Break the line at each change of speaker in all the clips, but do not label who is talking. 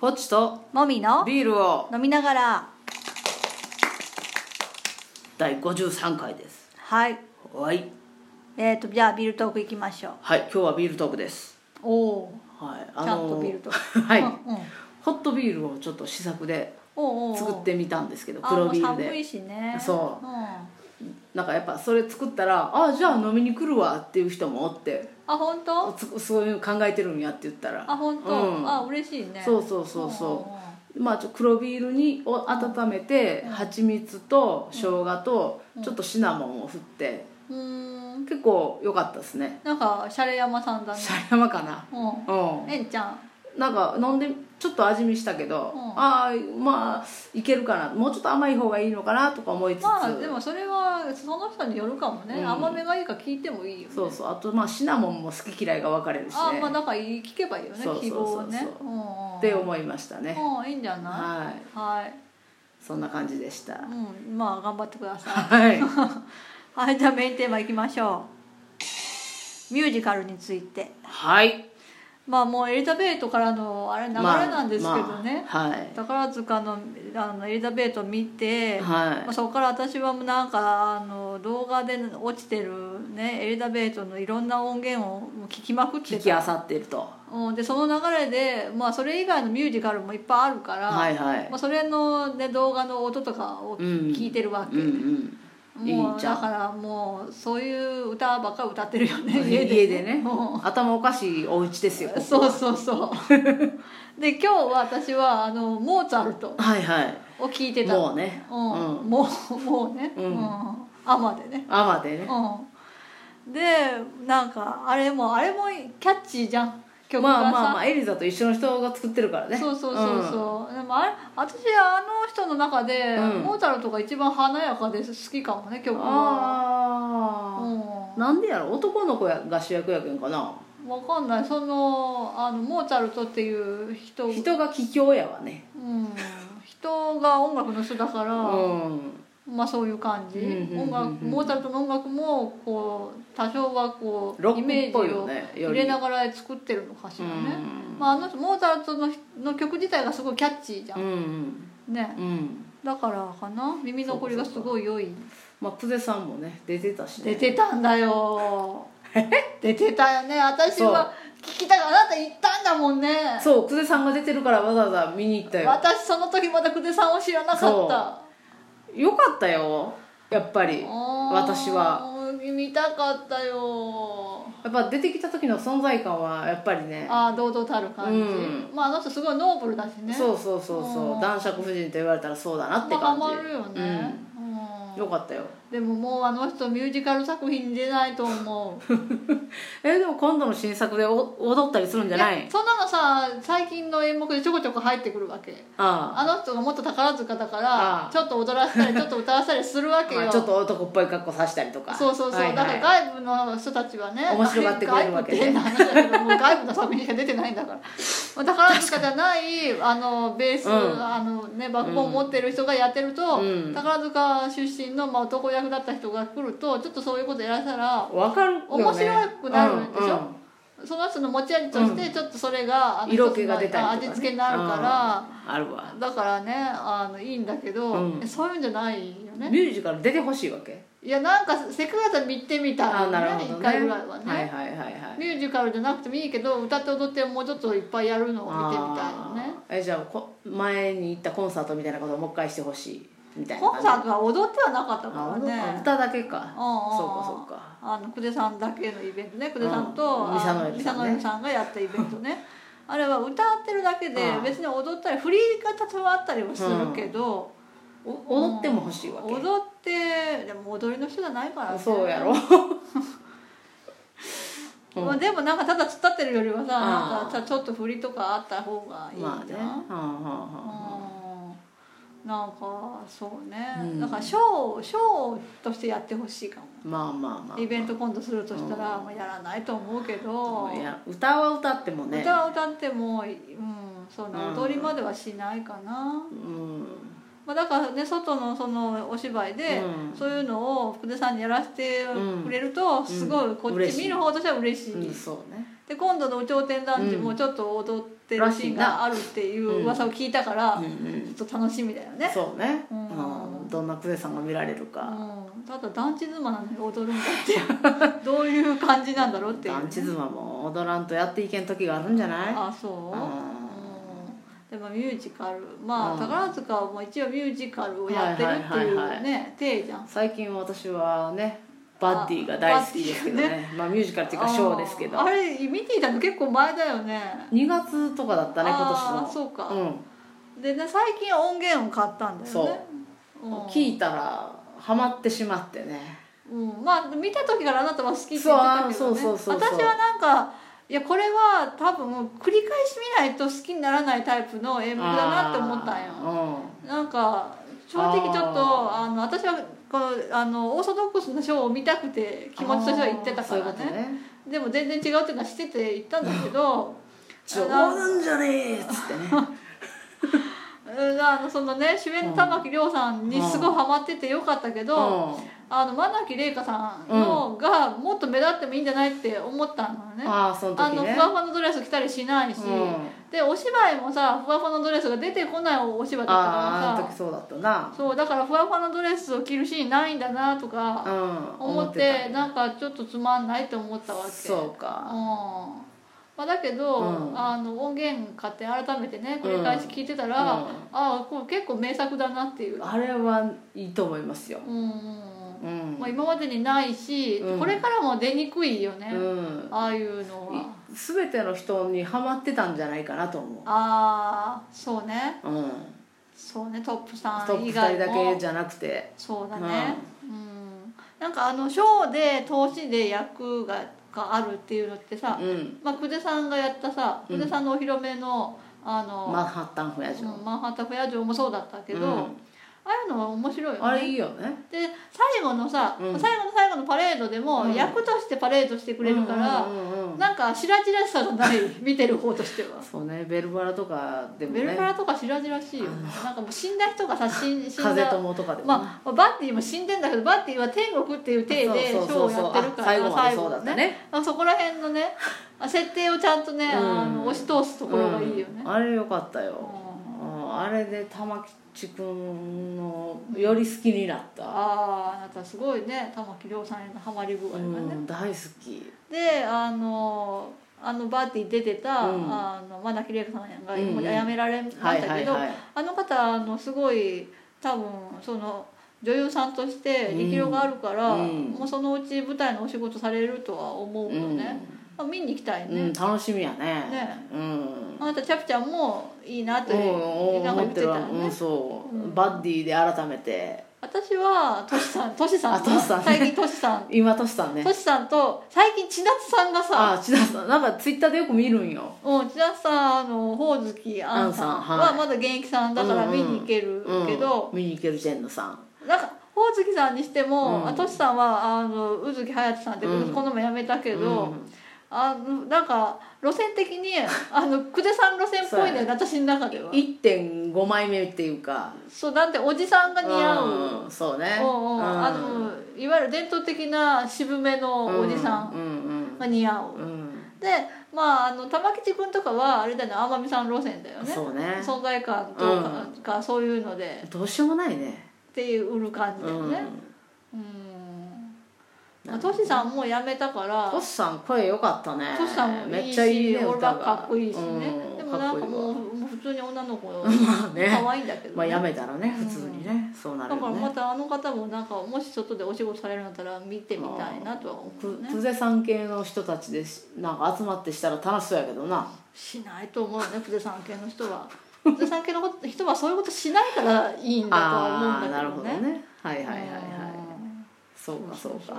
ポチと
もみの
ビールを
飲みながら
第53回です
はい
はい
えー、とじゃあビールトークいきましょう
はい今日はビールトークです
おお
はい
ちゃんとビールトー ク
はい、
うんうん
ホットビールをちょっと試作で
おうおうおう
作ってみたんですけど
あ
黒ビール
もう寒
で
いしね、
そうんなんかやっぱそれ作ったらあじゃあ飲みに来るわっていう人もおって
あ本当
つそういうの考えてるんやって言ったら
あ本当、
うん
あ嬉しいね
そうそうそうそ
ん
うまあちょ黒ビールにを温めて蜂蜜と生姜とちょっとシナモンを振って
うんうんうーん
結構良かったですね
なんかシャレ山さんだね
シャ山かな
う
うん
んえんちゃん
なんか飲んでちょっと味見したけど、
うん
ああまあいけるかなもうちょっと甘い方がいいのかなとか思いつつ、
まあでもそれはその人によるかもね、
うん
甘めがいいか聞いてもいいよね
そうそうあとまあシナモンも好き嫌いが分かれるし
あ
ね、
まあだから聞けばいいよね
そうそう
希
そう
望
そう
をねうんうん
って思いましたね、
うんいいんじゃな
はい
いはい
そんな感じでした、
うん、まあ頑張ってください。
はい
はい、じゃあメインテーマいきましょう。ミュージカルについて。
はい
まあもうエリザベートからのあれ流れなんですけどね。
まあはい
宝塚のあのエリザベートを見て、まあ
は
そこから私はもうなんかあの動画で落ちてるねエリザベートのいろんな音源をもう聞きまくっ
い
て
聞き
た、
あさってると
うん、でその流れで、まあ、それ以外のミュージカルもいっぱいあるから、
はいはい
まあ、それの、ね、動画の音とかを聞いてるわ
う
け、
んうんい
も
いうじゃ
だ
ん
からもうそういう歌ばっかり歌ってるよね
家で
家で
ね
も
頭おかしいお家ですよ
うそうそうそう で今日は私はあのモーツァルト
はいはい
を聴いてた
もうね
うん
うん
もうもうね、
うん
アマでね、
アマでね
うん、でなんかあれもあれもキャッチーじゃん曲がさ、
まあまあまあエリザと一緒の人が作ってるからね
そうそうそうそう、でもあれ私あの人の中で、
うん
モーツァルトが一番華やかで好きかもね曲
ん
は
ああ、
うん
なんでやろ男の子やが主役やけんかな
わかんないそのあのモーツァルトっていう人
人が桔梗やわね
うん、人が音楽の人だか
う
ら、
ん
まあそういう感じ、
うんうんうんうん
音楽モーツァルトの音楽もこう多少はこう
ロ
イ
ッ
メ
クっぽ
ー
い
ジ
よ
を
ねよ
入
り
れながら作ってるのかし
う
ら
ん
ね、まあ、あの人モーツァルトの人の曲自体がすごいキャッチーじゃ、
うんん
ね
うんうん
だからかな耳残りがすごい良い
まあプゼさんもね出てたしね
出てたんだよ出てたよね私は聞きたがあなた行ったんだもんね
そう久世さんが出てるからわざわざ見に行ったよ
私その時まだ久手さんを知らなかった
よかったよやっぱり
あー
私は
見たかったよ
やっぱ出てきた時の存在感はやっぱりね
ああ堂々たる感じ、
うん
まああの人すごいノーブルだしね
そうそうそうそう
うん
男爵夫人と言われたらそうだなって
まあ
感
ハ
じ
マるよね、
うん、
うん
よかったよ
でももうあの人ミュージカル作品出ないと思 う
えでも今度の新作でお踊ったりするんじゃない
やそんなのさ最近の演目でちょこちょこ入ってくるわけ
あ
あの人がもっと宝塚だか
あ
ら
ー
ちょっと踊らせたりちょっと歌わせたりするわけ
あ
よ
まあちょっと男っぽい格好させたりとか
そうそうそう、
はいはい
だから外部の人たちはね
面白がってくれるわけね
外部って変な話だけどもう外部の作品しか出てないんだ からまあ宝塚じゃないあのベース、
うん
あのね、バックボーン持ってる人がやってると、
うん
宝塚出身の、まあ、男役だった人が来るとちょっとそういうことやらせたら
わかるよ、ね、
面白くなるでしょ
うん
その人の持ち味としてちょっとそれが、あ
うん
の
色気が出たりとか、
一つの味付けになるから。
うんあるわ
だからねあのいいんだけど、
うん
そういうんじゃないよね
ミュージカル出てほしいわけ
いやなんかせっかくだったら見てみた
あ
い
な
よ
る
ね
ほど
一
ね
回ぐらいはね、
はいはいはいはい
ミュージカルじゃなくてもいいけど歌って踊ってもうちょっといっぱいやるのを見てみたいよね
あーえじゃあこ前に行ったコンサートみたいなことをもう一回してほしいみたいな
コンサー
ト
トは踊ってはなかったか
あ
ら
踊
ね
った歌だけかそうかそう
か
か
あの久手さんだけのイベントね久手さんと
うん
あの
ミサノエルさんね
ミサノエルさんがやったイベント ねあれは歌ってるだけで
うん
別に踊ったり振り方はあったりはするけど、
お踊っても欲しいわけ、
踊ってでも踊りの人じゃないからね
そうやろうん
まあ、でもなんかただ突っ立ってるよりはさ
あ
な
ー
んかちょっと振りとかあった方がいいじゃん、
まあねはんはんはん
うんなんかそうね、
うん
だからショーショーとしてやってほしいかも
まあまあまあ
イベント今度するとしたら、まあ、やらないと思うけど、
いや歌は歌ってもね
歌は歌っても、うん、そ
うん
の踊りまではしないかな、
うん
まあ、だからね外のそのお芝居で、
うん
そういうのを福田さんにやらせてくれると、
ん
すごいこっ
嬉
ち
しい
見る方としては嬉しい、
うんそうね
で今度の「頂点ランチ」もちょっと踊ってるシーンがあるっていう噂を聞いたから、
うんうん
ちょっと楽しみだよね
そうね、
うん
うんどんなクエさんが見られるか、
うんただ団地妻なのに踊るんだっていうどういう感じなんだろうっていうね、
団地妻も踊らんとやっていけん時があるんじゃない
あそう、うん、でもミュージカルまあ、
うん
宝塚はもう一応ミュージカルをやってるっていうね、
はいはいはい
体じゃん
最近私はねバッディが大好きですけどね
あ
まあ、ミュージカルっていうかショーですけど
あーあれ見ていたの結構前だよね
2月とかだったね今年
あ
の
ーそうか、
うん
でね最近音源を買ったんだよねう、ん、
聞いたらハマってしまってね
うん、まあ見た時からあなたは好きって言ってたけ
そ
ど、
う
ね、
そうそうそう
私はなんかいやこれは多分繰り返し見ないと好きにならないタイプの演目だなって思ったんよ
よ
なんか正直ちょっとあ
あ
の私はこうあのオーソドックスなショーを見たくて気持ちとしては行ってた
そ
からね
ういうことね
でも全然違うっていうのは知ってて行ったんだ けど
冗
あ
談じゃねえっつってね
うんあのそのね主演の玉木亮さんにすごいハマっててよかったけど、
う
あの真木玲香さんのがもっと目立ってもいいんじゃないって思ったのね、
んああその
あ
時
のふ
ね
わふわのドレス着たりしないし、
うん
でお芝居もさふわふわのドレスが出てこないお芝居だった
あああの
から
時
さ
そうだったな
そうだからふわふわのドレスを着るシーンないんだなと
う
か
ん
思って,、なんかちょっとつまんないと思ったわけ
そう
うん
か
まあ、だけど、
うん
あの音源買って改めてね繰り返し聞いてたら、
うん
ああこれ結構名作だなっていう、
あれはいいと思いますよ
うんうんう
う
ん
ん
まあ、今までにないし、
うん
これからも出にくいよね、
うん
ああいうのは
全ての人にハマってたんじゃないかなと思
ああそうね
ううん
そうねトップさ
ト
ん
ップ
以
2人
外
だ
も
けじゃなくて
そうだねうんなんかあのショーで投資で役ががあるっていうのってさ、
うん
まあ、久手さんがやったさ
うん
久手さんのお披露目のあの、
マンハッタンフヤジ
うんマンハッタンフェア城もそうだったけど、
うん
ああいうのは面白いよね
あれいいよね
で最後のさ、
うん
最後の最後のパレードでも、
うん
役としてパレードしてくれるから、
うんうんうんうん
なんか白々しさがない 見てる方としては、
そうねベルバラとかでもね
ベルカラとか白々しいよなんかもう死んだ人がさ死ん死ん
風
だ
友とかでもね
まあ、バッティも死んでんだけどバッティは天国っていう体でショ
そう
ー
そ
を
うそう
や
そう
ってるから
あ最後までそうだったね
あそこら辺のねあ設定をちゃんとね、あの
うん
押し通すところがいいよね
う、んあれよかったよ、
う
うんあれで玉吉くんのより好きになった、
あああなたすごいね玉木亮さんへのハマり具
う
合がね、
ん大好き
であのあのバーティー出てた、
うん
あの真キレイさんが
うんうん
もうやめられました
はい
けど、
はいはい
あの方あのすごい多分その女優さんとして力量があるから、
うんうん
もうそのうち舞台のお仕事されるとは思うよ
うん
ね、まあ見に行きたいね、
うん、楽しみやね
ね
うん
あなたチャプちゃんもいいなと
うんうん
なん
思
か
っ
言ってて
る
た
わ、
よ
う
ね
んそう、
うん
バッディで改めて
私はトシさんトシさ
あ
ん
トシさんね
最近トシさん
今トシさんね
トシさんと最近千夏さんがさ
あ千田さんなんかツイッターでよく見るんよ
うん、千田さんあのほおずきあんさん
杏さんはい
はまだ現役さんだから見に行ける
うん
けど、
見に行けるジェンヌさん
なんかほおずきさんにして
う
も
ん
あとしさんはあの宇月隼人さんってこ
うん
の前辞めたけど、
うん
あのなんか路線 的にあの久手さん路線っぽいんだよね私の中では。
1.5枚目っていうか
そうなんておじさんが似合う。
うんそうね
おうおうあのいわゆる伝統的な渋めのおじさん
うんうん
が似合う、
うん、うん
でまああの玉吉君とかはあれだよね天海さん路線だよね
そうね
存在感とか,、かそういうので
どうしようもないね
っていう売る感じだよねうんまあトシさんもう辞めたから
トシさん声良かったね
トシさんも
め
いい
っ
し
ちゃいいね
オール
歌が
バックかっこいいしね、
うん
でもなんか
っこいい
もう
わ
もう普通に女の 子
まあね
可愛いんだけど、
まあやめたらね普通にね、そうな
だ
る
から
よ
ま
ね
たあの方もなんかもし外でお仕事されるんだったら見てみたいなとは思
く
うね
久世さん系の人たちでしなんか集まってしたら楽しそうやけどな
しないと思うね久世さん系の人は久世さん系の人はそういうことしないからいいんだとは
あ
思う
あ
ん
ーな
だけ
る
ど
ほ
ね
どねはいはいはいはい
うん
そうかそうか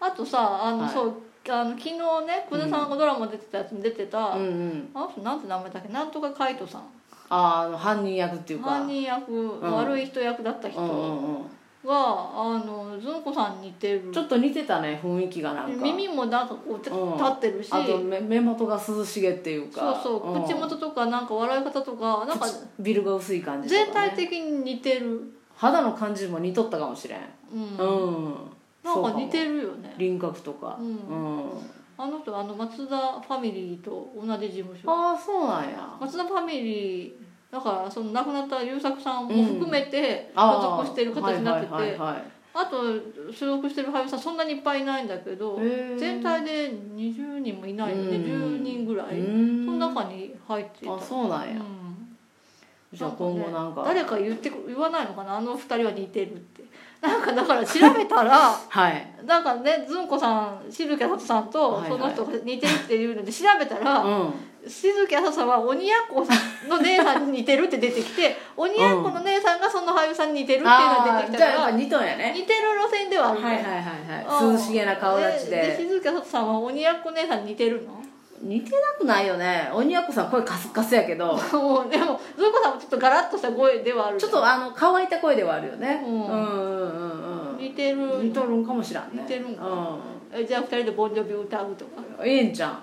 あとさあの、
はい
そうあの昨日ね久世さんがドラマ出てたやつに出てた、
うんうん
あの人なんて名前だっけなんとか海斗さん
あーあの犯人役っていうか
犯人役、
ん
悪い人役だった人
うん
が、
うんうん
あのずんこさんに似てる
ちょっと似てたね雰囲気がなんか
耳もなんかこうて、
うん
立ってるし
あと目目元が涼しげっていう
そう
か
そう、
ん
口元とかなんか笑い方とかなんか
ビルが薄い感じとか、ね、
全体的に似てる、
肌の感じも似とったかもしれん
うん
うん、
なんか似
る
てるよね
輪郭とか
うん
うん、
あの人あの松田ファミリーと同じ事務所
ああそうなんや
松田ファミリーだからその亡くなった優作さんも含めて
あ
所
ー
属してる形になっててあ,、
はいはいはいはい
と所属してる俳優さんそんなにいっぱいいないんだけど
へえ
全体で20人もいないので、
うん
10人ぐらい、
う
そ
ん
の中に入っていた
あそうなんや、
うん
じゃあ今後なんか
誰か言って言わないのかなあの二人は似てるって なんかだから調べたら
はい
なんかねずんこさん静木あさとさんと
はいはい
その人が似てるっていうので調べたら、
うん
静木あさとさんは鬼奴さんの姉さんに似てるって出てきて鬼奴の姉さんがその俳優さんに似てるっていうのが出
あ
て
ー
き
じゃ
た
あやっ
から
ぱ
似
似とんやね
てる路線ではあ
はい
る、
はいはいはい涼しげな顔立ち
で
で
静木あさとさんは鬼奴姉さんに似てるの
似てなくないよね鬼奴さん声カスカスやけど
もうでもずんこさんもちょっとガラッとした声ではある
ちょっとあの乾いた声ではあるよね
う
うんんうんうん
似てる
う
の
ん似とるんかもしらんね
似てるんか
う
えじゃあ二人でボンジョビ歌うとか
んええんちゃん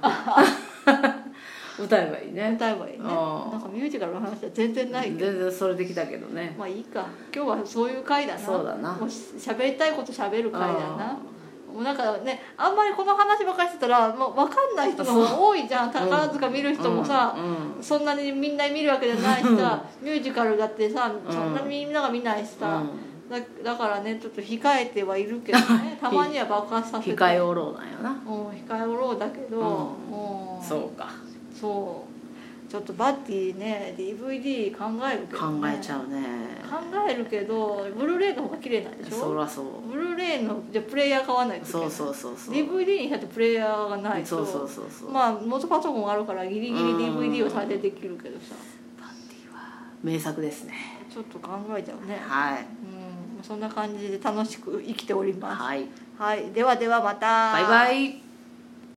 歌えばいいね
歌えばいいね
あー
なんかミュージカルの話は全然ないけ
全
ど、
然それできたけどね
まあいいか今日はそういう回だな
そうだな
もうし喋りたいこと喋る回だ
あ
なもうなんかねあんまりこの話ばっかりしてたらもう分かんない人の方が多いじゃん宝塚見る人もさ、
うんうん
そんなにみんな見るわけじゃないしさミュージカルだってさそんなにみんなが見ないし
う
さ、
ん
だだからねちょっと控えてはいるけ どねたまには爆発させて
控えおろうなんよな
もう控えおろうだけど、
うん
もう
そうか
そうちょっとバッティね DVD 考えるけど、
考
ね、
えちゃうね
考えるけどブルーレイの方が綺麗なんでし
そ
ょ
らそう
ブルーレイのじゃあプレイヤー買わないといけ
そ
な
う
い
そうそうそう
DVD にしたってプレイヤーがないと
そうそうそうそう
まあ元パソコンがあるからギリギリ
うん
DVD を再生できるけどさ
名作ですね
ちょっと考えちゃうね
はい
うんそんな感じで楽しく生きておりま
はい
すはいではではまた
バイバイ